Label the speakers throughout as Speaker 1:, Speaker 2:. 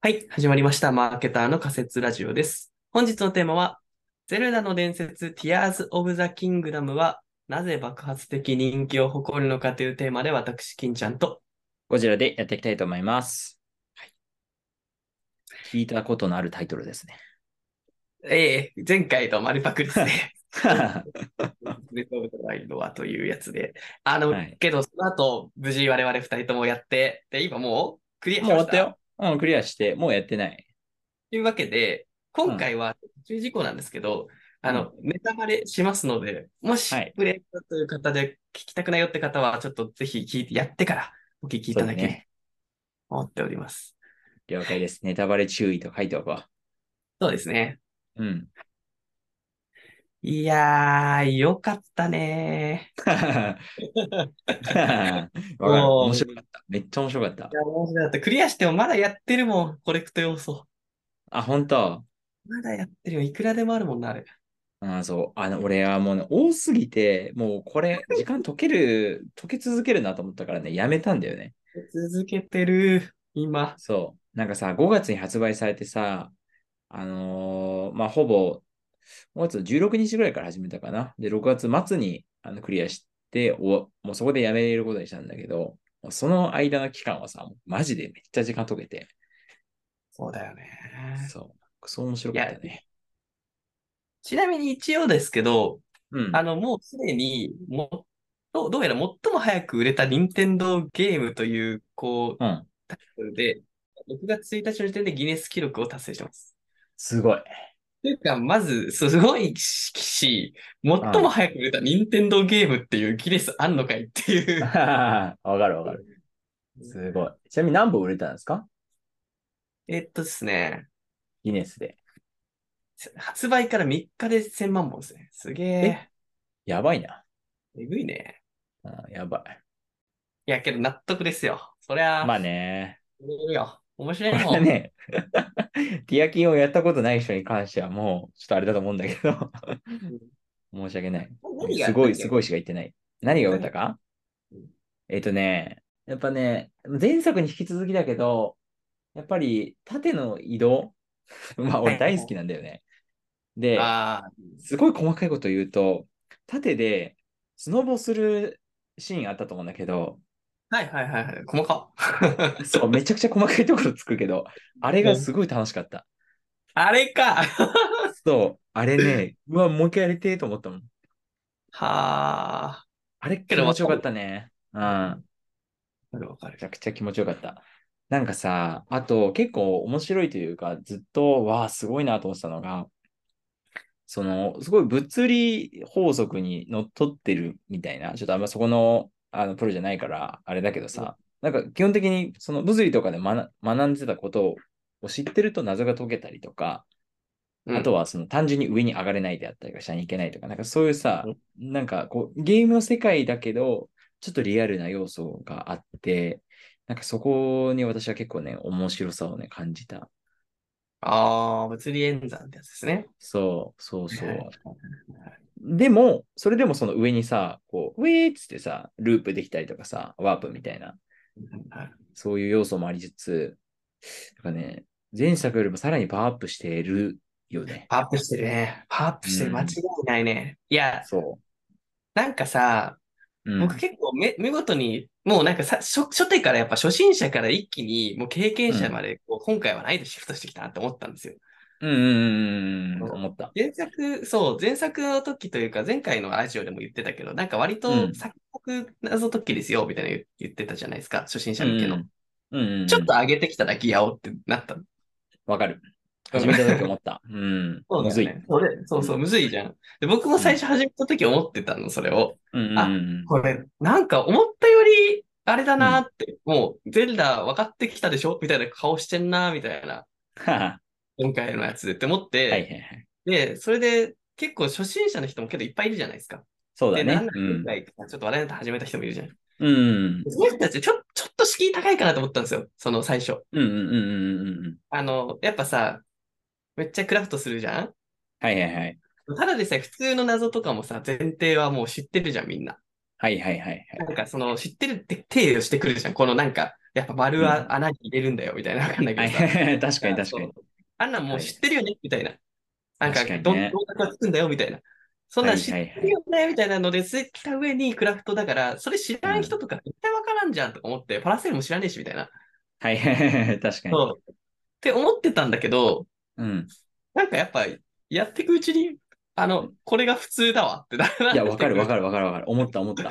Speaker 1: はい、始まりました。マーケターの仮説ラジオです。本日のテーマは、ゼルダの伝説、ティアーズ・オブ・ザ・キングダムは、なぜ爆発的人気を誇るのかというテーマで、私、金ちゃんと、
Speaker 2: ゴジラでやっていきたいと思います。はい、聞いたことのあるタイトルですね。
Speaker 1: ええー、前回と丸パクですね。 レトルトワイルドはというやつで。あの、はい、けど、その後、無事我々二人ともやって、で、今もうクリアしま
Speaker 2: もう終わったよ。うん、クリアして、もうやってない。
Speaker 1: というわけで、今回は注意事項なんですけど、うん、あの、ネタバレしますので、もし、プレイだという方で聞きたくないよって方は、ちょっとぜひ聞いて、やってからお聞きいただけ、ね、思っております。
Speaker 2: 了解です。ネタバレ注意と書いておこう。
Speaker 1: そうですね。
Speaker 2: うん。
Speaker 1: いやー、よかったね
Speaker 2: 面白かった。めっちゃ面白かった。い
Speaker 1: や、面白かった。クリアしてもまだやってるもん、コレクト要素。
Speaker 2: あ、本当
Speaker 1: まだやってるよ。いくらでもあるもんな、あれ。
Speaker 2: あそう。あの、俺はもうね、多すぎて、もうこれ、時間解ける、解け続けるなと思ったからね、やめたんだよね。
Speaker 1: 続けてる、今。
Speaker 2: そう。なんかさ、5月に発売されてさ、あのー、まあ、ほぼ5月16日ぐらいから始めたかな。で、6月末にあのクリアして、おもうそこでやめることにしたんだけど、その間の期間はさ、マジでめっちゃ時間解けて。
Speaker 1: そうだよね。
Speaker 2: そう。そう面白かったね。
Speaker 1: ちなみに一応ですけど、
Speaker 2: うん、
Speaker 1: あの、もうすでにもど、どうやら最も早く売れた任天堂ゲームという、こう、うん、タイトルで、6月1日の時点でギネス記録を達成してます。
Speaker 2: すごい。
Speaker 1: というか、まず、すごいし、最も早く売れた任天堂ゲームっていうギネスあんのかいっていう。
Speaker 2: わかるわかる。すごい。ちなみに何本売れたんですか
Speaker 1: えっとですね。
Speaker 2: ギネスで。
Speaker 1: 発売から3日で1000万本ですね。すげえ。
Speaker 2: やばいな。
Speaker 1: えぐいね。
Speaker 2: あやばい。
Speaker 1: いや、けど納得ですよ。そりゃ。
Speaker 2: まあね。
Speaker 1: 売れるよ。面白いも
Speaker 2: ん。 ね、ティアキンをやったことない人に関してはもう、ちょっとあれだと思うんだけど 申し訳ない。すごい、すごいしか言ってない。何が売れたかえっ、ー、とね、やっぱね、前作に引き続きだけど、やっぱり縦の移動、 まあ俺大好きなんだよね。で、すごい細かいこと言うと、縦でスノボするシーンあったと思うんだけど、
Speaker 1: はいはいはいはい。細か。
Speaker 2: そう、めちゃくちゃ細かいところつくけど、あれがすごい楽しかった。
Speaker 1: あれか
Speaker 2: そう、あれね、うわ、もう一回やりてえと思ったもん。
Speaker 1: はあ。
Speaker 2: あれ気持ちよかったね。うん。わ
Speaker 1: かるわかる。
Speaker 2: めちゃくちゃ気持ちよかった。なんかさ、あと結構面白いというか、ずっと、わあ、すごいなと思ってたのが、その、すごい物理法則にのっとってるみたいな、ちょっとあんまそこのあのプロじゃないから、あれだけどさ、なんか基本的にその物理とかで学んでたことを知ってると謎が解けたりとか、あとはその単純に上に上がれないであったりか下に行けないとか、なんかそういうさ、なんかこうゲームの世界だけど、ちょっとリアルな要素があって、なんかそこに私は結構ね、面白さをね、感じた。
Speaker 1: ああ、物理演算ってやつですね。
Speaker 2: そう、そうそう。でも、それでもその上にさ、こう、ウェーっつってさ、ループできたりとかさ、ワープみたいな、そういう要素もありつつ、なんかね、前作よりもさらにパワーアップしてるよね。
Speaker 1: パワーアップしてるね。パワーアップしてる。間違いないね。うん、いや、。
Speaker 2: そう
Speaker 1: なんかさ、うん、僕結構め見事に、もうなんかさ初、初手からやっぱ初心者から一気に、もう経験者までこう、うん、今回はないでシフトしてきたなって思ったんですよ。
Speaker 2: うんうんうんうん、思った。
Speaker 1: 前作、そう、前作の時というか、前回のラジオでも言ってたけど、なんか割と錯覚謎解きですよ、みたいな言ってたじゃないですか、初心者向けの。
Speaker 2: うんうんうん、
Speaker 1: ちょっと上げてきたらギアをってなった
Speaker 2: わかる。始めた時思った。 うん。
Speaker 1: そう、ね、むずいそれ。そうそう、むずいじゃん。で、僕も最初始めた時思ってたの、それを。
Speaker 2: うんうんうん、
Speaker 1: あ、これ、なんか思ったより、あれだなって、うん、もう、ゼルダ分かってきたでしょみたいな顔してんなみたいな。今回のやつでって思って、
Speaker 2: はいはいはい、
Speaker 1: で、それで結構初心者の人もけどいっぱいいるじゃないですか。
Speaker 2: そうだね。
Speaker 1: で、今回、うん、ちょっと話題になって始めた人もいるじゃん。
Speaker 2: うん。
Speaker 1: そういう人たち、ちょ、ちょっと敷居高いかなと思ったんですよ。その最初。
Speaker 2: うんうんうんうんうん。
Speaker 1: あの、やっぱさ、めっちゃクラフトするじゃん
Speaker 2: はいはいはい。
Speaker 1: ただでさえ普通の謎とかもさ、前提はもう知ってるじゃん、みんな。
Speaker 2: はいはいはいはい。
Speaker 1: なんかその知ってるって手をしてくるじゃん。このなんか、やっぱ丸は穴に入れるんだよみたいな。わかんないけ
Speaker 2: は
Speaker 1: ど
Speaker 2: い
Speaker 1: さ。
Speaker 2: はいはい確かに確かに。
Speaker 1: あんなんもう知ってるよねみたいな。なんか、
Speaker 2: 確かにね
Speaker 1: どんどんなつくんだよみたいな。そんなん知っ
Speaker 2: はい
Speaker 1: て
Speaker 2: はいはい
Speaker 1: るよねみたいなので、つきた上にクラフトだから、それ知らん人とか絶対わからんじゃんとか思って、パラセールも知らねえしみたいな。
Speaker 2: はいはい はい。確かに。
Speaker 1: そう。って思ってたんだけど、
Speaker 2: うん。
Speaker 1: なんかやっぱ、やっていくうちに、あの、これが普通だわってな。
Speaker 2: いや、わかるわ
Speaker 1: る。
Speaker 2: かるわかるわかる。思った思った。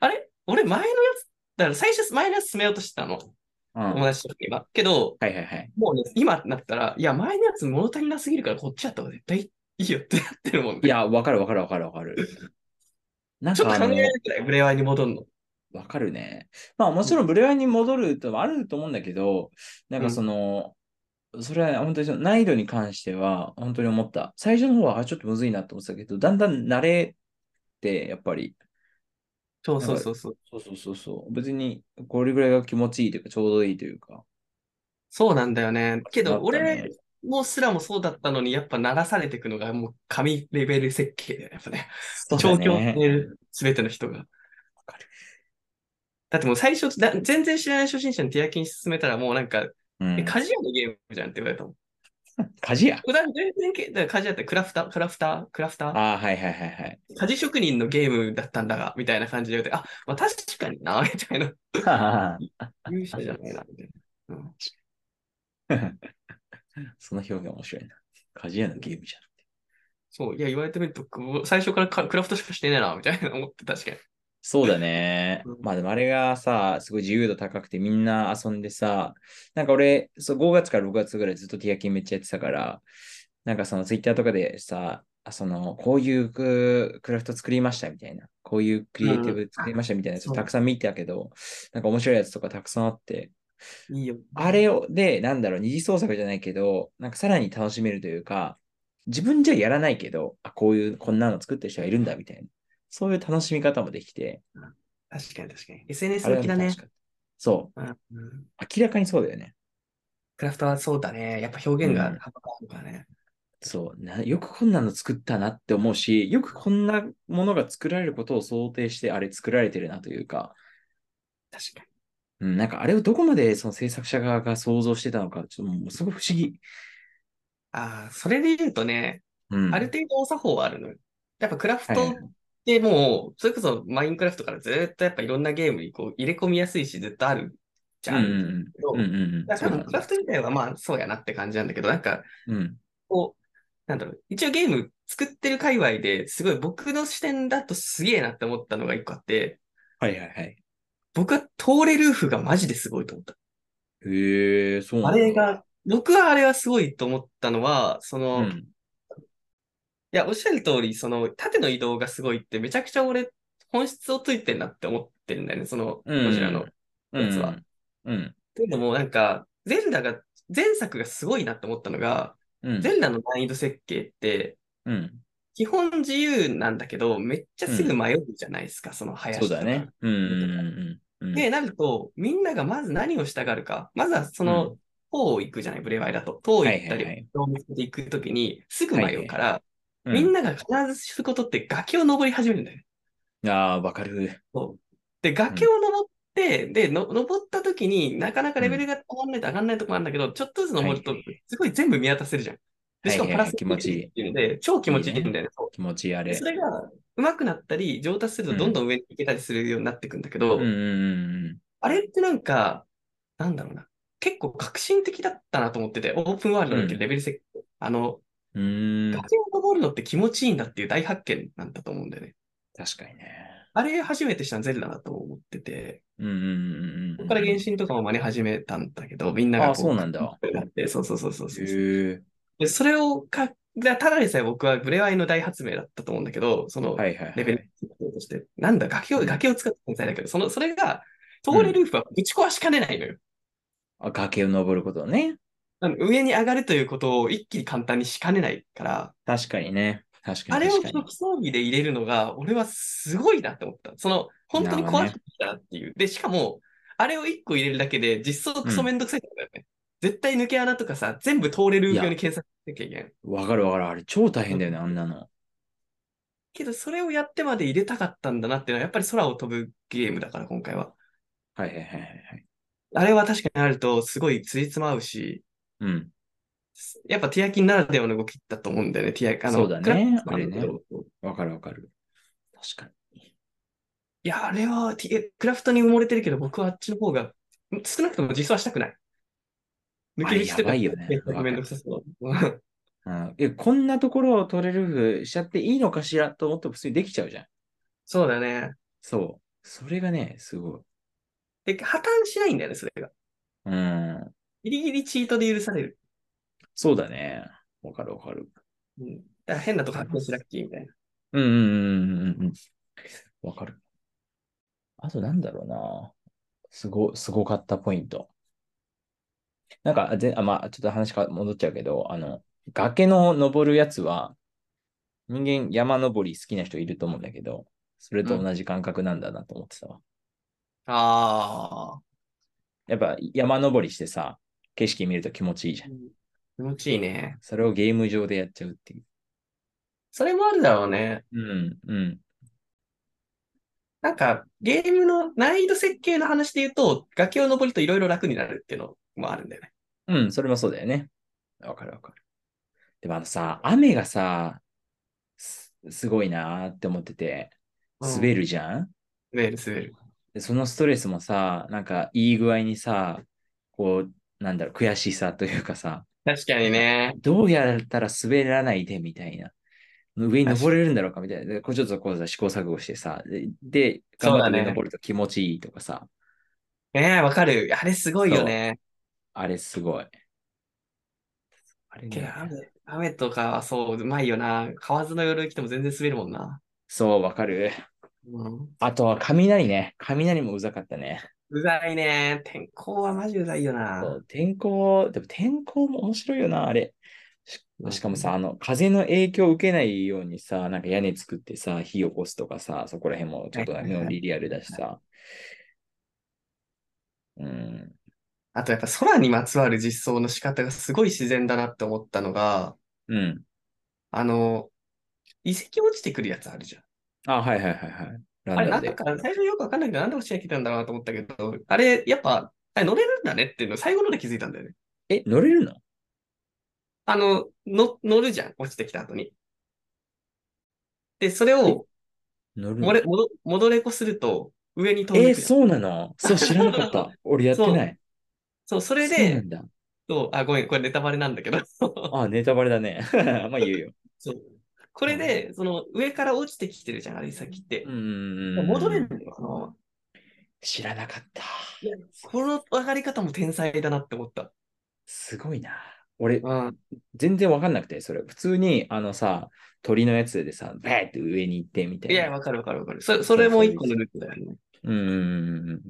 Speaker 1: あれ俺前のやつ、だから最初前のやつ進めようとしてたの。
Speaker 2: うん。はい
Speaker 1: 友達と今。けど、
Speaker 2: はいはい。
Speaker 1: もうね、今なったら、いや、前のやつ物足りなすぎるから、こっちやった方が絶対いいよってなってるもんね。
Speaker 2: いや、わかるわかるわかるわかる。なん
Speaker 1: ちょっ
Speaker 2: か
Speaker 1: と
Speaker 2: あ
Speaker 1: 考え
Speaker 2: の
Speaker 1: ら、れないくらい、ブレワイに戻るの。
Speaker 2: わかるね。まあもちろんブレワイに戻るってのもあると思うんだけど、なん
Speaker 1: う
Speaker 2: か
Speaker 1: ん
Speaker 2: その、それは本当にその難易度に関しては本当に思った。最初の方はあちょっとむずいなと思ってたけど、だんだん慣れて、やっぱり、
Speaker 1: そうそうそうそう。
Speaker 2: そうそうそうそう、別にこれぐらいが気持ちいいというか、ちょうどいいというか。
Speaker 1: そうなんだよね。け
Speaker 2: だ
Speaker 1: ど、
Speaker 2: ったね
Speaker 1: 俺もすらもそうだったのに、やっぱ慣らされていくのが、もう神レベル設計だよね。やっぱね。
Speaker 2: そうだ
Speaker 1: 調
Speaker 2: ね
Speaker 1: 教される、すべての人が。
Speaker 2: かる
Speaker 1: だってもう最初、だ全然知らない初心者に手焼きに進めたら、もうなんか、
Speaker 2: うん
Speaker 1: え、鍛冶屋のゲームじゃんって言われたもん。
Speaker 2: 鍛冶屋。
Speaker 1: 普段全然け、だから鍛冶屋ってクラフター、クラフター、クラフター。
Speaker 2: ああ、はいはいはいはい。
Speaker 1: 家事職人のゲームだったんだが、みたいな感じで言うて、あ、まあ、確かにな、み たいな。 勇者じゃないな、みたいな。うん、
Speaker 2: その表現面白いな。鍛冶屋のゲームじゃん。
Speaker 1: そう、いや、言われてみると、こう最初からかクラフトしかしてねえな、みたいな思って、確かに。
Speaker 2: そうだね
Speaker 1: う。ん
Speaker 2: まあでもあれがさ、すごい自由度高くてみんな遊んでさ、なんか俺、そう5月から6月ぐらいずっとティアキンめっちゃやってたから、なんかそのツイッターとかでさ、あそのこういうククラフト作りましたみたいな、こういうクリエイティブ作りましたみたいなやつ
Speaker 1: うん
Speaker 2: たくさん見てたけど、なんか面白いやつとかたくさんあって、
Speaker 1: いいよ。
Speaker 2: あれをで、なんだろう、二次創作じゃないけど、なんかさらに楽しめるというか、自分じゃやらないけど、あ、こういう、こんなの作ってる人がいるんだみたいな、そういう楽しみ方もできて、
Speaker 1: 確かに確かに。SNS
Speaker 2: あれ
Speaker 1: 向きだね。
Speaker 2: そう。
Speaker 1: うんうん
Speaker 2: 明らかにそうだよね。
Speaker 1: クラフトはそうだね。やっぱ表現が幅があるからね。
Speaker 2: そうな。よくこんなの作ったなって思うし、よくこんなものが作られることを想定して、あれ作られてるなというか、
Speaker 1: 確かに。
Speaker 2: うん、なんかあれをどこまでその制作者側が想像してたのか、ちょっともうすごい不思議。
Speaker 1: ああ、それで言うとね、
Speaker 2: うん。
Speaker 1: ある程度お作法はあるのよ。やっぱクラフ
Speaker 2: は
Speaker 1: ト
Speaker 2: い
Speaker 1: ってもう、それこそマインクラフトからずっとやっぱいろんなゲームにこう入れ込みやすいし、ずっとあるじゃ。
Speaker 2: うんんうん
Speaker 1: けど
Speaker 2: うん。うんうんう
Speaker 1: だか
Speaker 2: ん。そ
Speaker 1: ら多分
Speaker 2: うなん
Speaker 1: クラ
Speaker 2: だ。
Speaker 1: フト自体はまあそうやなって感じなんだけど、なんか
Speaker 2: うん。
Speaker 1: こう、なんだろう、一応ゲーム作ってる界隈ですごい僕の視点だとすげえなって思ったのが一個あって、
Speaker 2: はいはいはい。
Speaker 1: 僕はトーレルーフがマジですごいと思った。
Speaker 2: へえ、そうな
Speaker 1: あ
Speaker 2: んだ。
Speaker 1: れが、僕はあれはすごいと思ったのは、そうの、い
Speaker 2: ん。
Speaker 1: や、おっしゃる通り、その縦の移動がすごいってめちゃくちゃ俺本質をついてんなって思ってるんだよね、その、
Speaker 2: うん
Speaker 1: ゴジラの。
Speaker 2: うん
Speaker 1: やつは。
Speaker 2: うん。
Speaker 1: というのもなんか、ゼルダが、前作がすごいなって思ったのが、
Speaker 2: うん。
Speaker 1: ゼルダの難易度設計って、
Speaker 2: うん。
Speaker 1: 基本自由なんだけど、めっちゃすぐ迷うじゃないですか、その林
Speaker 2: そ
Speaker 1: と
Speaker 2: う
Speaker 1: か。
Speaker 2: だね。うんうんうんうん。
Speaker 1: で、なると、みんながまず何をしたがるか、まずはそうの、塔を行くじゃない、ブレワイだと。塔を行った
Speaker 2: はいはいはい
Speaker 1: り、塔を見つけて行くときに、すぐ迷うから、
Speaker 2: う
Speaker 1: みんなが必ずすることって崖を登り始めるんだよね。
Speaker 2: な。ああ、わかる。
Speaker 1: そうで、崖を登って、での、登ったときになかなかレベルが上がんないと上がんないとこもあるんだけど、ちょっとずつ登ると
Speaker 2: はいはい、
Speaker 1: すごい全部見渡せるじゃん。で、しかも
Speaker 2: はい
Speaker 1: パラ
Speaker 2: はいはい
Speaker 1: セ
Speaker 2: 気持ちいい
Speaker 1: っていうので、超気持ちいいんだよね。そう
Speaker 2: 気持ちいいあ
Speaker 1: で
Speaker 2: れ
Speaker 1: そ。れが上手くなったり、上達するとどんどん上に行けたりするようになっていくんだけど、
Speaker 2: うんうんうんうん。
Speaker 1: あれってなんか、なんだろうな、結構革新的だったなと思ってて、オープンワールドのレベル設計、あの、
Speaker 2: うーん。
Speaker 1: 崖を登るのって気持ちいいんだっていう大発見なんだと思うんだよね。
Speaker 2: 確かにね。
Speaker 1: あれ初めてしたのゼルダだと思ってて、
Speaker 2: うんうんうんうん。
Speaker 1: そこから原神とかも真似始めたんだけど、みんな
Speaker 2: あ
Speaker 1: が
Speaker 2: あ、
Speaker 1: こ
Speaker 2: そうなんだ。
Speaker 1: なって、そうそうそうそうそう。
Speaker 2: へえ。
Speaker 1: でそれをか、だただでさえ僕はブレワイの大発明だったと思うんだけど、その、
Speaker 2: はいはいは
Speaker 1: レベル
Speaker 2: い。
Speaker 1: として、なんだ、崖を、
Speaker 2: うん
Speaker 1: 崖を使った天才だけど、その、それが、トーレルーフはぶち壊しかねないのよ。
Speaker 2: あ崖を登ることね。
Speaker 1: あの上に上がるということを一気に簡単にしかねないから、
Speaker 2: 確かにね。確か
Speaker 1: あ
Speaker 2: に
Speaker 1: れを
Speaker 2: 確かに。
Speaker 1: 初装備で入れるのが、俺はすごいなって思った。その、本当に
Speaker 2: なるほど
Speaker 1: 壊
Speaker 2: ね
Speaker 1: してきたなっていう。で、しかも、あれを一個入れるだけで、実装クソめんどくさいんだよね。絶対抜け穴とかさ、全部通れるように検索しなきゃいけない。
Speaker 2: わかるわかる。あれ超大変だよね、あんなの。
Speaker 1: けど、それをやってまで入れたかったんだなっていうのは、やっぱり空を飛ぶゲームだから、今回は。
Speaker 2: はいはいはいはい。
Speaker 1: あれは確かにあると、すごいついつま合うし、
Speaker 2: うん。
Speaker 1: やっぱティアキンならではの動きだと思うんだよね、ティアキン。あの
Speaker 2: そうだね
Speaker 1: クラッチもあるけど
Speaker 2: あれわかるわかる。確かに。
Speaker 1: いや、あれはティクラフトに埋もれてるけど、僕はあっちの方が、ん少なくとも実はしたくない。抜け道とか
Speaker 2: あれやばいよね
Speaker 1: めっちゃめんどくさそう。うん
Speaker 2: うん、えこんなところをトレルーフしちゃっていいのかしらと思っても普通にできちゃうじゃん。
Speaker 1: そうだね。
Speaker 2: そう。それがね、すごい。
Speaker 1: で、破綻しないんだよね、それが。
Speaker 2: うん。
Speaker 1: ギリギリチートで許される。
Speaker 2: そうだね。わかるわかる。
Speaker 1: うん、だから変なとこ発見しラッキーみたいな。
Speaker 2: うんうんうんうんうん。わかる。あとなんだろうな。すご、すごかったポイント。なんか、ぜあまあ、ちょっと話が戻っちゃうけど、あの、崖の登るやつは、人間山登り好きな人いると思うんだけど、それと同じ感覚なんだなと思ってたわ。
Speaker 1: ああ、
Speaker 2: やっぱ山登りしてさ、景色見ると気持ちいいじゃん。
Speaker 1: 気持ちいいね。
Speaker 2: それをゲーム上でやっちゃうっていう。
Speaker 1: それもあるだろうね。
Speaker 2: うん、うん。
Speaker 1: なんか、ゲームの難易度設計の話で言うと、崖を登るといろいろ楽になるっていうのもあるんだよね。
Speaker 2: うん、それもそうだよね。わかるわかる。でもあのさ、雨がさ、すすごいなーって思ってて、滑
Speaker 1: る。
Speaker 2: るじゃん、
Speaker 1: 滑る、滑る。
Speaker 2: でそのストレスもさ、なんかいい具合にさ、こう、なんだろう、悔しさというかさ、
Speaker 1: 確かにね。
Speaker 2: どうやったら滑らないでみたいな。上に登れるんだろうかみたいな。でこうちょっとこうさ試行錯誤してさ、で、で
Speaker 1: そ
Speaker 2: 頑
Speaker 1: う
Speaker 2: 張
Speaker 1: だ
Speaker 2: って
Speaker 1: ね
Speaker 2: 上登ると気持ちいいとかさ、
Speaker 1: ねえ、わかる。あれすごいよね。
Speaker 2: あれすごい。あれ
Speaker 1: けど
Speaker 2: ね、
Speaker 1: 雨、雨とかはそう、うまいよな。河津の夜来ても全然滑るもんな。
Speaker 2: そう、わかる。
Speaker 1: うん。
Speaker 2: あとは雷ね。雷もうざかったね。
Speaker 1: うざいね。天候はマジうざいよな。
Speaker 2: そう天候、でも天候も面白いよな、あれ。ししかもさ、あの、風の影響を受けないようにさ、なんか屋根作ってさ、火起こすとかさ、そこら辺もちょっと
Speaker 1: はいはいはい
Speaker 2: リリアルだしさ。うん。
Speaker 1: あとやっぱ空にまつわる実装の仕方がすごい自然だなって思ったのが、
Speaker 2: うん。
Speaker 1: あの、遺跡落ちてくるやつあるじゃん。
Speaker 2: あ、はいはいはいはい。ラ
Speaker 1: あれ、
Speaker 2: ン
Speaker 1: な
Speaker 2: ダムで
Speaker 1: んか、最初よくわかんないけど、なんで落ちてきたんだろうなと思ったけど、あれ、やっぱ、あれ乗れるんだねっていうの、最後ので気づいたんだよね。
Speaker 2: え、乗れるの
Speaker 1: あの、の乗るじゃん、落ちてきた後に。で、それを、
Speaker 2: 乗るの
Speaker 1: もれ、戻戻れこすると、上に飛ん
Speaker 2: え
Speaker 1: で
Speaker 2: ー
Speaker 1: くる。
Speaker 2: そうなのそう、知らな かった。俺やってない。
Speaker 1: そう、それ
Speaker 2: そうな
Speaker 1: で、
Speaker 2: んだ。
Speaker 1: そう、あ、ごめん、これネタバレなんだけど。
Speaker 2: あ、ネタバレだね。 まあ言うよ。
Speaker 1: そう。これで、その、上から落ちてきてるじゃん、あれ、先って
Speaker 2: う。ん。
Speaker 1: 戻れるのよ、あのまま
Speaker 2: 知らなかった。
Speaker 1: いやこの上がり方も天才だなって思った。
Speaker 2: すごいな。俺、
Speaker 1: うん。
Speaker 2: 全然わかんなくて、それ。普通に、あのさ、鳥のやつでさ、バーって上に行ってみた
Speaker 1: い
Speaker 2: い
Speaker 1: や、
Speaker 2: な。
Speaker 1: わかるわかるわかる。そそれも一個のルートだよね。
Speaker 2: うんうんうん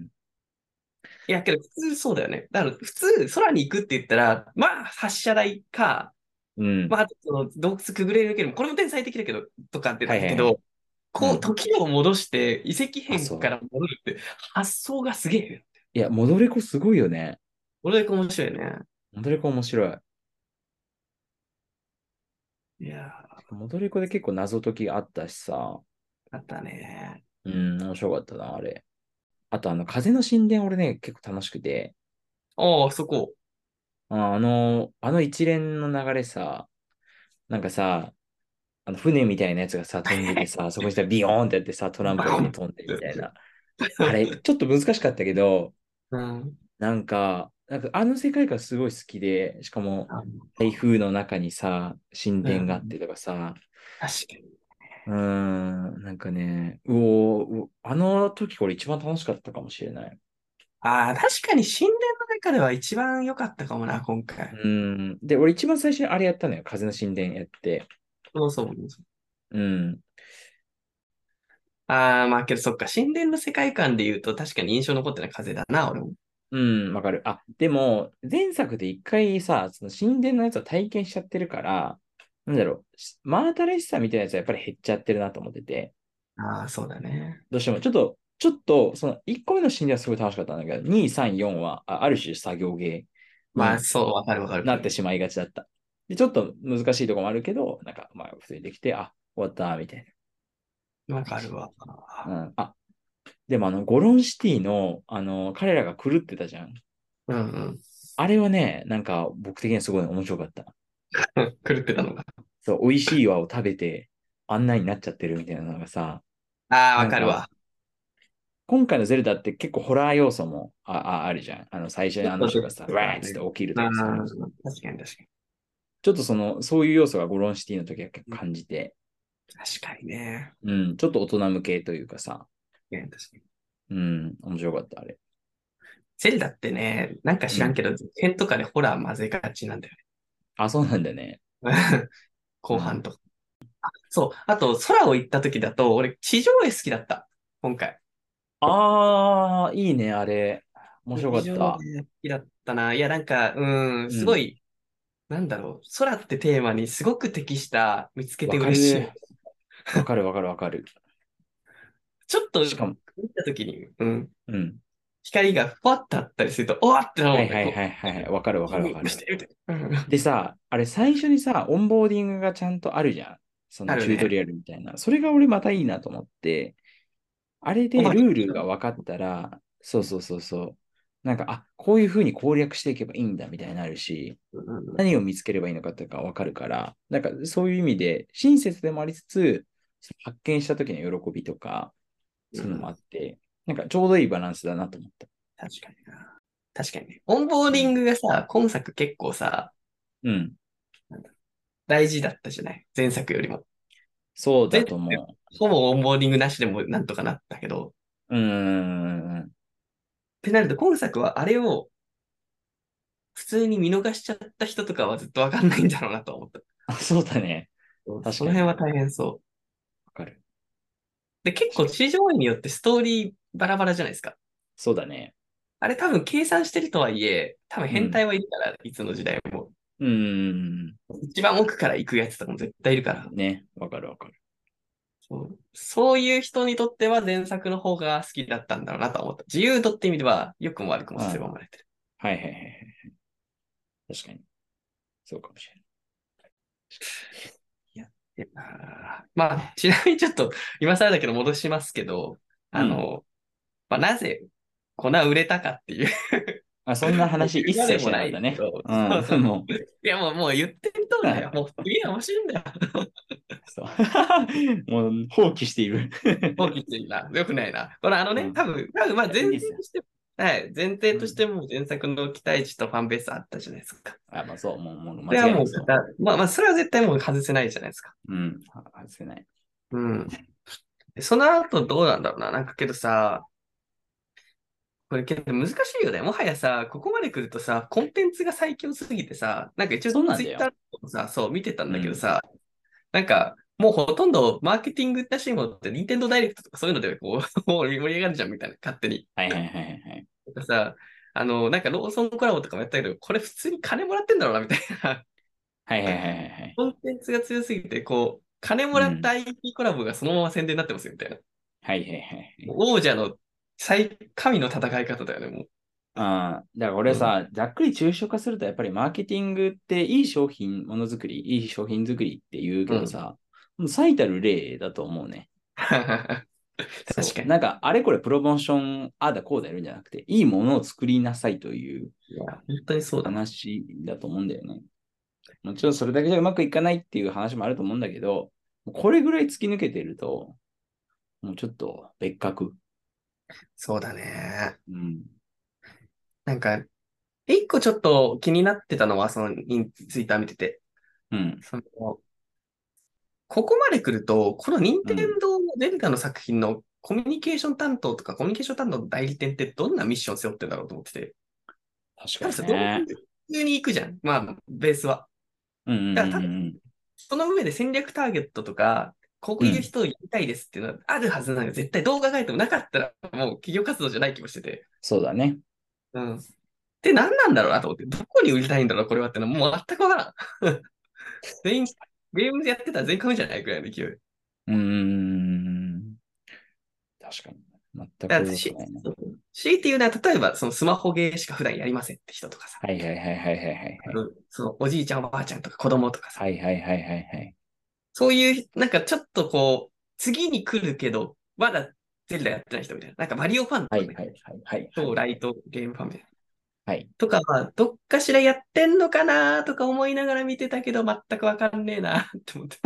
Speaker 1: いや、けど普通そうだよね。だから普通空に行くって言ったら、まあ発射台か、
Speaker 2: うん。うん。
Speaker 1: まあその洞窟くぐれるけども、これも天才的だけど、とかってだけど、
Speaker 2: はい
Speaker 1: こ
Speaker 2: う
Speaker 1: うん時を戻して遺跡
Speaker 2: あ
Speaker 1: 変
Speaker 2: そう
Speaker 1: から戻るって発想がすげえよ。
Speaker 2: いや、戻れこすごいよね。
Speaker 1: 俺だけ面白いよね。
Speaker 2: 戻れこ面白い。
Speaker 1: いや
Speaker 2: 戻れこで結構謎解きあったしさ。
Speaker 1: ー、あったね。
Speaker 2: うん、面白かったな、あれ。あと、あの、風の神殿、俺ね、結構楽しくて。
Speaker 1: ああ、そこ。
Speaker 2: ああの、あの一連の流れさ、なんかさ、あの船みたいなやつがさ、飛んでてさ、そこにさ、ビヨーンってやってさ、トランポリンに飛んでみたいな。あれ、ちょっと難しかったけど、
Speaker 1: うん。
Speaker 2: なんか、なんかあの世界観すごい好きで、しかも
Speaker 1: あ
Speaker 2: 台風の中にさ、神殿があってとかさ、
Speaker 1: 確かに。
Speaker 2: うーん、なんかね、うおーうおあの時これ一番楽しかったかもしれない。
Speaker 1: ああ、確かに神殿の中では一番良かったかもな、今回。
Speaker 2: うん、で、俺一番最初にあれやったのよ、風の神殿やって。
Speaker 1: そうそう。
Speaker 2: うん、
Speaker 1: ああ、まあけどそっか、神殿の世界観で言うと確かに印象残ってない風だな、俺も。
Speaker 2: うん、わかる。あ、でも、前作で一回さ、その神殿のやつを体験しちゃってるから、なんだろう、し真新しさみたいなやつはやっぱり減っちゃってるなと思ってて、
Speaker 1: ああ、そうだね。
Speaker 2: どうしても、ちょっと、ちょっと、その1個目の神殿はすごい楽しかったんだけど、2、3、4は、あある種作業芸
Speaker 1: ま
Speaker 2: う
Speaker 1: あ、
Speaker 2: ん
Speaker 1: そう、わかるわかる。
Speaker 2: になってしまいがちだった。で、ちょっと難しいとこもあるけど、なんか、まあ、普通にできて、あ、終わった、みたい
Speaker 1: わかるわ。
Speaker 2: うん、あ、でもあの、ゴロンシティの、あの、彼らが狂ってたじゃん。
Speaker 1: うんうん。
Speaker 2: あれはね、なんか僕的にはすごい面白かった。
Speaker 1: 狂ってたのが。
Speaker 2: そう、美味しいわを食べて、あんなになっちゃってるみたいなのがさ、
Speaker 1: ああ、わかるわ。
Speaker 2: 今回のゼルダって結構ホラー要素もあああるじゃん。あの、最初にあの人が
Speaker 1: そ
Speaker 2: さ、
Speaker 1: うそうそう
Speaker 2: わーっつって起きると
Speaker 1: ああ
Speaker 2: かさ、
Speaker 1: 確かに確かに。
Speaker 2: ちょっとその、そういう要素がゴロンシティの時は結構感じて、
Speaker 1: 確かにね。
Speaker 2: うん、ちょっと大人向けというかさ、
Speaker 1: 確かに確かに。
Speaker 2: うん、面白かった、あれ。
Speaker 1: ゼルダってね、なんか知らんけど、前編とかでホラー混ぜがちなんだよ
Speaker 2: あ、そうなんだね。
Speaker 1: ね。 後半とか。あそう。あと、空を行った時だと、俺、地上絵好きだった。今回。
Speaker 2: あー、いいね、あれ。面白かっ
Speaker 1: 地
Speaker 2: た
Speaker 1: 上。絵好きだったな。いや、なんか、うん、すごい、なんだろう。空ってテーマにすごく適した、見つけて
Speaker 2: わか
Speaker 1: 嬉しい
Speaker 2: る。。わかるわかるわかる。
Speaker 1: ちょっと、
Speaker 2: しかも、
Speaker 1: 見た時に、うん、
Speaker 2: うん。
Speaker 1: 光がふわっとあったりすると、おわってな
Speaker 2: は
Speaker 1: る
Speaker 2: い
Speaker 1: ん
Speaker 2: はいはいはいはい。わかるわ
Speaker 1: わ
Speaker 2: かるわかる。
Speaker 1: る。
Speaker 2: でさ、あれ最初にさ、オンボーディングがちゃんとあるじゃん。そ
Speaker 1: あ
Speaker 2: の
Speaker 1: る
Speaker 2: チ
Speaker 1: ね
Speaker 2: ュートリアルみたいな。それが俺またいいなと思って、あれでル
Speaker 1: 細かい
Speaker 2: ールが分かったら、そうそうそうそう。なんか、あ、こういうふうに攻略していけばいいんだみたいになるし、何を見つければいいのかとか分かるから、なんかそういう意味で親切でもありつつ、その発見した時の喜びとか、そういうのもあって、なんかちょうどいいバランスだなと思った。
Speaker 1: 確かにな。確かにね。オンボーディングがさ、今作結構さ、
Speaker 2: うん。
Speaker 1: 大事だったじゃない前作よりも。
Speaker 2: そうだと思
Speaker 1: 全
Speaker 2: う。
Speaker 1: ほぼオンボーディングなしでもなんとかなったけど。っ
Speaker 2: うーん。
Speaker 1: てなると、今作はあれを、普通に見逃しちゃった人とかはずっとわかんないんだろうなと思った。
Speaker 2: あそうだね。かに
Speaker 1: その辺は大変そう。
Speaker 2: わかる。
Speaker 1: で、結構地上絵によってストーリーバラバラじゃないですか。
Speaker 2: そうだね。
Speaker 1: あれ多分計算してるとはいえ、多分変態はいるから、いつの時代も。
Speaker 2: うーん。
Speaker 1: 一番奥から行くやつとかも絶対いるから。
Speaker 2: ね。わかるわかる。
Speaker 1: そうそういう人にとっては前作の方が好きだったんだろうなと思った。自由度って意味では、良くも悪くも狭まれてる。
Speaker 2: はいはいはいはいはい。確かに。そうかもしれない。
Speaker 1: いやーまあ、ちなみにちょっと、今更だけど戻しますけど、あの、まあ、なぜ、粉売れたかっていう。
Speaker 2: あ、そんな話一切しなかったね。
Speaker 1: そう
Speaker 2: うん。
Speaker 1: そう
Speaker 2: もう、
Speaker 1: いや、もう、もう言ってるとだよ。もう、次は面白いん だよ。
Speaker 2: そう。もう、 放棄している。
Speaker 1: 大きいな。よくないな。これ、あの
Speaker 2: う
Speaker 1: ね
Speaker 2: ん、
Speaker 1: 多分、多分まあ、前
Speaker 2: いい
Speaker 1: 提
Speaker 2: ですよ
Speaker 1: として、はい、前提としても前作の期待値とファンベースあったじゃないですか。
Speaker 2: あ、まあそう、もう、もう、
Speaker 1: それはもう
Speaker 2: そう、
Speaker 1: だまあまあ、それは絶対もう外せないじゃないですか。
Speaker 2: うん。は外せない。
Speaker 1: うん。その後どうなんだろうな。なんかけどさ、これけど難しいよね。もはやさ、ここまで来るとさ、コンテンツが最強すぎてさ、なんか一
Speaker 2: そうな
Speaker 1: 応
Speaker 2: んだ
Speaker 1: ツ
Speaker 2: よ
Speaker 1: イッターもさ、そう見てたんだけどさ、なんかもうほとんどマーケティングらしいものって、ニンテンドダイレクトとかそういうのでこう、 もう盛り上がるじゃんみたいな、勝手に。
Speaker 2: はいはいはいはいはい。
Speaker 1: なんかさ、あの、なんかローソンコラボとかもやったけど、これ普通に金もらってんだろうなみたいな。
Speaker 2: はいはいはいはいはい。
Speaker 1: コンテンツが強すぎて、こう、金もらった IP コラボがそのまま宣伝になってますよみたいな。
Speaker 2: はいはいはい。
Speaker 1: 王者の最神の戦い方だよね、もう。
Speaker 2: ああ、だから俺さ、ざっくり抽象化すると、やっぱりマーケティングっていい商品、ものづくり、いい商品作りって言うけどさ、もう最たる例だと思うね。
Speaker 1: 確
Speaker 2: そ
Speaker 1: か
Speaker 2: う
Speaker 1: に。
Speaker 2: なんか、あれこれプロモーション、ああだこうだやるんじゃなくて、いいものを作りなさいという
Speaker 1: いや本当にそうだな。
Speaker 2: 話だと思うんだよね。もちろんそれだけじゃうまくいかないっていう話もあると思うんだけど、これぐらい突き抜けてると、もうちょっと別格。
Speaker 1: そうだね。
Speaker 2: うん。
Speaker 1: なんか、一個ちょっと気になってたのは、そのインツイッター見てて、
Speaker 2: うん。
Speaker 1: その、ここまで来ると、この任天堂のデルタの作品のコミュニケーション担当とか、コミュニケーション担当の代理店ってどんなミッションを背負ってるんだろうと思ってて、多分
Speaker 2: 確か
Speaker 1: さ、
Speaker 2: にね。
Speaker 1: 普通に行くじゃん。まあ、ベースは。
Speaker 2: うんうんうん
Speaker 1: だから多
Speaker 2: うん。
Speaker 1: その上で戦略ターゲットとか、こういう人をやりたいですっていうのはあるはずなのに、絶対動画がいてもなかったら、もう企業活動じゃない気もしてて。
Speaker 2: そうだね。
Speaker 1: うん。って何なんだろうなと思って、どこに売りたいんだろう、これはってのは、もう全くわからん。 全員、ゲームでやってたら全員買うんじゃないくらいの勢い。
Speaker 2: うーん。確かに。全く
Speaker 1: だか
Speaker 2: 良く
Speaker 1: ら
Speaker 2: ない
Speaker 1: し
Speaker 2: な。
Speaker 1: 強いて言うのは、例えば、そのスマホゲーしか普段やりませんって人とかさ、
Speaker 2: はいはいはいはいはいはい。
Speaker 1: うんそのおじいちゃん、おばあちゃんとか子供とかさ、
Speaker 2: はいはいはいはいはい。
Speaker 1: そういう、なんかちょっとこう、次に来るけど、まだゼルダやってない人みたいな。なんかマリオファンとか
Speaker 2: は
Speaker 1: ね、
Speaker 2: いはいはいはい。
Speaker 1: 超ライトゲームファンみたいな。
Speaker 2: はい。
Speaker 1: とか、まあ、どっかしらやってんのかなとか思いながら見てたけど、全くわかんねえなって思 って。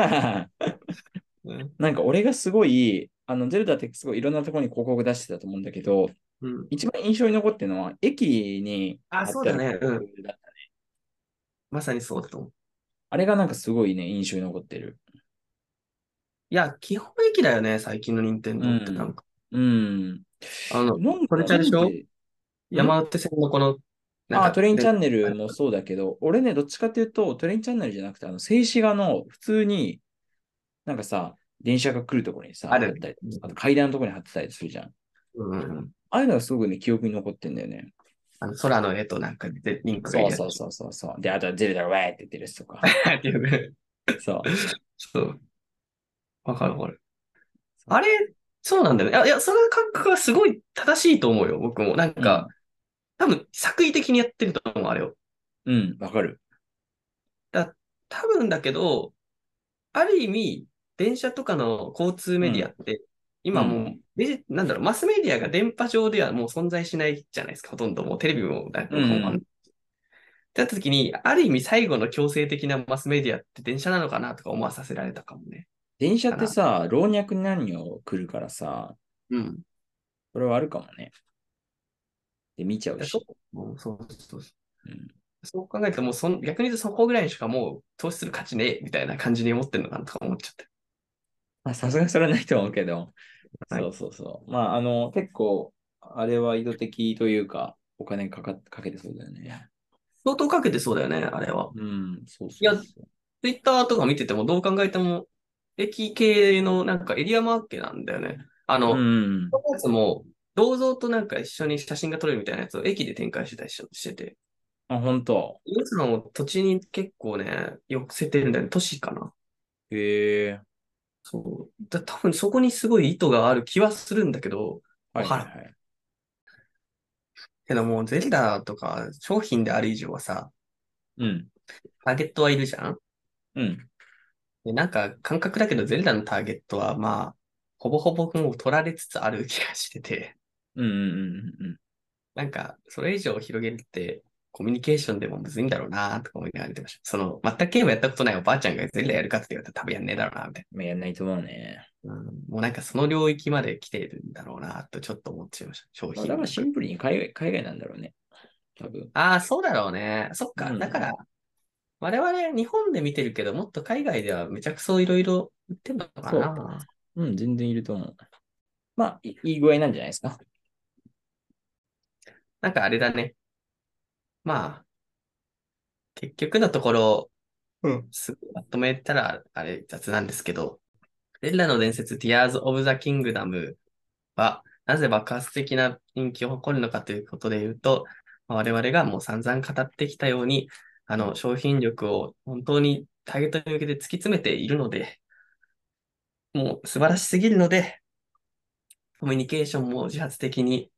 Speaker 1: うん。
Speaker 2: なんか俺がすごい、あの、ゼルダってすごいいろんなところに広告出してたと思うんだけど、
Speaker 1: うん、
Speaker 2: 一番印象に残ってるのは、駅に
Speaker 1: あ
Speaker 2: 貼って
Speaker 1: そうだね
Speaker 2: ある広告だった
Speaker 1: まさにそうだと思う。
Speaker 2: あれがなんかすごいね、印象に残ってる。
Speaker 1: いや、基本益だよね、最近の任天堂って
Speaker 2: うん
Speaker 1: なんか。
Speaker 2: うん。
Speaker 1: あの、
Speaker 2: なん
Speaker 1: これちゃうでしょ
Speaker 2: なんで
Speaker 1: 山手線のこの、なんか
Speaker 2: あ、トレインチャンネルもそうだけど、俺ね、どっちかっていうと、トレインチャンネルじゃなくて、あの、静止画の、普通に、なんかさ、電車が来るところにさ、
Speaker 1: ある
Speaker 2: 貼ったりあと階段のところに貼ってたりするじゃん。
Speaker 1: うんうんうん
Speaker 2: ああいうのがすごくね、記憶に残ってんだよね。
Speaker 1: あの空の絵となんかでリンクが
Speaker 2: そ
Speaker 1: 入
Speaker 2: う
Speaker 1: れ
Speaker 2: そうそうそうそう。で、あとはゼルダウェーって言ってるやつとか。
Speaker 1: たっていうね。
Speaker 2: そう。
Speaker 1: そう。わかるわかる。あれ、そうなんだよね。いや、いやその感覚はすごい正しいと思うよ、僕も。なんか、多分、作為的にやってると思う、あれを。
Speaker 2: うん、わかる。
Speaker 1: 多分だけど、ある意味、電車とかの交通メディアって、今もう、
Speaker 2: う
Speaker 1: デジなんだろう、マスメディアが電波上ではもう存在しないじゃないですか、ほとんどもうテレビも、なんかもう
Speaker 2: うん
Speaker 1: あのってなった時に、ある意味最後の強制的なマスメディアって電車なのかなとか思わさせられたかもね。
Speaker 2: 電車ってさ、老若男女来るからさ、
Speaker 1: うん。
Speaker 2: これはあるかもね。で、見ちゃうし
Speaker 1: そ。うもうそうそうそう
Speaker 2: うん
Speaker 1: そう考えると、もうそん逆に言うとそこぐらいにしかもう投資する価値ねえみたいな感じに思ってるのかなとか思っちゃって。
Speaker 2: まあ、さすがにそれはないと思うけど。
Speaker 1: はい
Speaker 2: そうそうそう。まあ、あの、結構、あれは意図的というか、お金かかかけてそうだよね。
Speaker 1: 相当かけてそうだよね、あれは。
Speaker 2: うん、そうそうそう。
Speaker 1: いやツイッターとか見ててもどう考えても、駅系のなんかエリアマーケなんだよね。あの、
Speaker 2: う
Speaker 1: こ
Speaker 2: ん、
Speaker 1: のやつも、銅像となんか一緒に写真が撮れるみたいなやつを駅で展開してたりしてて。
Speaker 2: あ、本当。
Speaker 1: 皆さんも土地に結構ね、寄せてるんだよね。都市かな。
Speaker 2: へえ。
Speaker 1: そう。だ多分そこにすごい意図がある気はするんだけど、
Speaker 2: はいはい
Speaker 1: わ
Speaker 2: はい。
Speaker 1: けどもうゼルダとか商品である以上はさ、
Speaker 2: うん、
Speaker 1: ターゲットはいるじゃん
Speaker 2: うん。
Speaker 1: でなんか感覚だけどゼルダのターゲットはまあ、ほぼほぼもう取られつつある気がしてて、
Speaker 2: うんうんうんうん。
Speaker 1: なんかそれ以上広げるってコミュニケーションでもむずいんだろうなとか思いながら見てました。その、全くゲームやったことないおばあちゃんがゼルダやるかって言われたら多分やんねえだろうな、みたい
Speaker 2: まあ、やんないと思うね。
Speaker 1: な。うんもうなんかその領域まで来ているんだろうなとちょっと思っちゃいました。商
Speaker 2: ま
Speaker 1: 品
Speaker 2: あ、だからシンプルに海外海外なんだろうね。多分。
Speaker 1: ああ、そうだろうね。そっか。
Speaker 2: うん
Speaker 1: だから、我々日本で見てるけど、もっと海外ではめちゃくそいろいろ売ってんのかな。
Speaker 2: うん、全然いると思う。まあ、いいい具合なんじゃないですか。
Speaker 1: なんかあれだね。まあ、結局のところ、
Speaker 2: うん。
Speaker 1: すぐまとめたら、あれ、雑なんですけど、ゼルダの伝説、Tears of the Kingdom は、なぜ爆発的な人気を誇るのかということで言うと、まあ我々がもう散々語ってきたように、あの、商品力を本当にターゲットに向けて突き詰めているので、もう素晴らしすぎるので、コミュニケーションも自発的に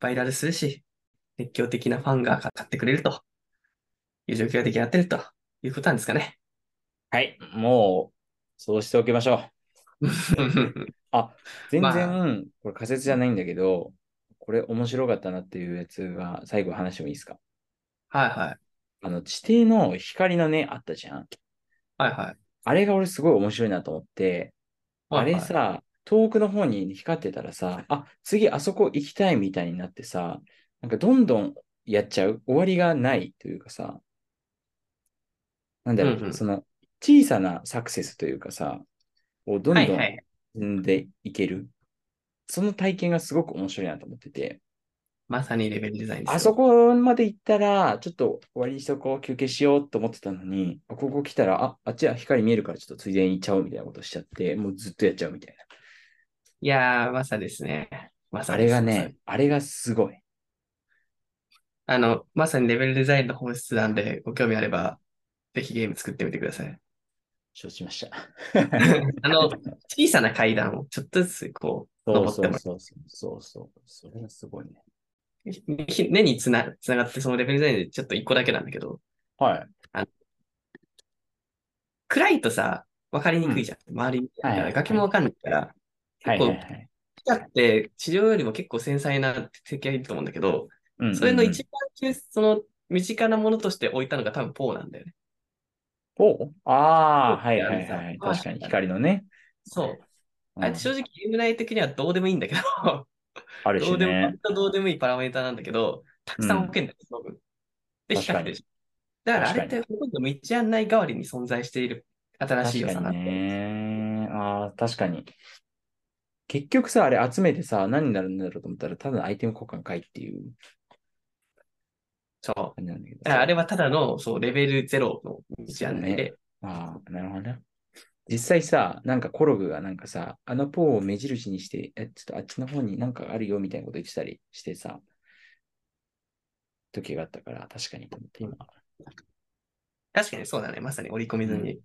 Speaker 1: バイラルするし、熱狂的なファンが買ってくれるという状況が出来上がってるということなんですか ね。
Speaker 2: はい、もう、そうしておきましょう。 全然、
Speaker 1: まあ
Speaker 2: これ仮説じゃないんだけど、これ面白かったなっていうやつが最後話してもいいですか
Speaker 1: はいはい。
Speaker 2: あの、地底の光のね、あったじゃん。
Speaker 1: はいはい。
Speaker 2: あれが俺すごい面白いなと思って、あれ
Speaker 1: はい
Speaker 2: さ、遠くの方に光ってたらさ、あ、次あそこ行きたいみたいになってさ、なんかどんどんやっちゃう。終わりがないというかさ、なんだろう、
Speaker 1: うんうん
Speaker 2: その小さなサクセスというかさ、をどんど
Speaker 1: はい
Speaker 2: ん
Speaker 1: はい
Speaker 2: 進んでいける。その体験がすごく面白いなと思ってて、
Speaker 1: まさにレベルデザインですよ
Speaker 2: あそこまで行ったら、ちょっと終わりにしとこう、休憩しようと思ってたのに、あここ来たら、あ、あっちは光見えるから、ちょっとついでに行っちゃおうみたいなことしちゃって、もうずっとやっちゃうみたいな。
Speaker 1: いやー、まさですね。まさ
Speaker 2: あ
Speaker 1: で
Speaker 2: れ
Speaker 1: す
Speaker 2: が
Speaker 1: まさに
Speaker 2: ね、あれがすごい。
Speaker 1: あの、まさにレベルデザインの本質なんで、ご興味あれば、ぜひゲーム作ってみてくださ い。
Speaker 2: 承知しました。
Speaker 1: あの、小さな階段をちょっとずつ、こう、
Speaker 2: そう
Speaker 1: 登っ
Speaker 2: そ
Speaker 1: て
Speaker 2: う
Speaker 1: も
Speaker 2: そうそう。そうそうそれがすごいね。
Speaker 1: らうひ根につなつながって、そのレベルデザインでちょっと一個だけなんだけど、
Speaker 2: はい。
Speaker 1: 暗いとさ、わかりにくいじゃん。周りに、
Speaker 2: はいはい
Speaker 1: 崖もわかんないから、
Speaker 2: は
Speaker 1: 結
Speaker 2: いは
Speaker 1: 構、
Speaker 2: いは
Speaker 1: ピ
Speaker 2: い。
Speaker 1: カって地上よりも結構繊細な敵がいると思うんだけど、
Speaker 2: うんうんうん
Speaker 1: それの一番その身近なものとして置いたのが多分ポーなんだよね。
Speaker 2: おああ、
Speaker 1: ポー
Speaker 2: はい
Speaker 1: ってあ
Speaker 2: は
Speaker 1: る
Speaker 2: い
Speaker 1: さ
Speaker 2: はい。
Speaker 1: まあ
Speaker 2: 確かに光のね。
Speaker 1: そう。
Speaker 2: うん
Speaker 1: あ正直、ゲーム内的にはどうでもいいんだけど、
Speaker 2: ある
Speaker 1: ど
Speaker 2: し
Speaker 1: うでも、
Speaker 2: ね
Speaker 1: 割。とどうでもいいパラメーターなんだけど、たくさん置けんだよ、その分。で、比
Speaker 2: 確か
Speaker 1: 較
Speaker 2: に
Speaker 1: でしょ。だからあれってほとんど道案内代わりに存在している新しい
Speaker 2: 確
Speaker 1: 良
Speaker 2: か
Speaker 1: さな
Speaker 2: に
Speaker 1: んで。
Speaker 2: ね。ああ、確かに。結局さ、あれ集めてさ、何になるんだろうと思ったら、ただのアイテム交換会っていう
Speaker 1: そう。
Speaker 2: 感じなんだけど
Speaker 1: だ
Speaker 2: さ。
Speaker 1: からあれはただの、そう、レベルゼロの道案内で。
Speaker 2: ああ、なるほどね。実際さ、なんかコログがなんかさ、あのポーを目印にして、え、ちょっとあっちの方になんかあるよみたいなこと言ってたりしてさ、時があったから、確かにと思って今。
Speaker 1: 確かにそうだね。まさに織り込みずに。っ
Speaker 2: っ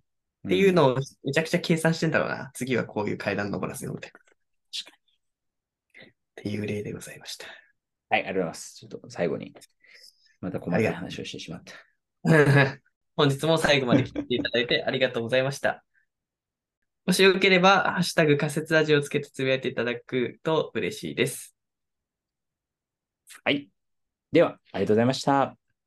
Speaker 2: て
Speaker 1: いうのをめちゃくちゃ計算してんだろうな。次はこういう階段登らせようみたいな。
Speaker 2: 確
Speaker 1: っていう例でございました。
Speaker 2: はい、ありがとうございます。ちょっと最後に、また細かい話をしてしまった。
Speaker 1: 本日も最後まで聞いていただいてありがとうございました。もしよければ、ハッシュタグ仮説ラジオをつけてつぶやいていただくと嬉しいです。
Speaker 2: はい。では、ありがとうございました。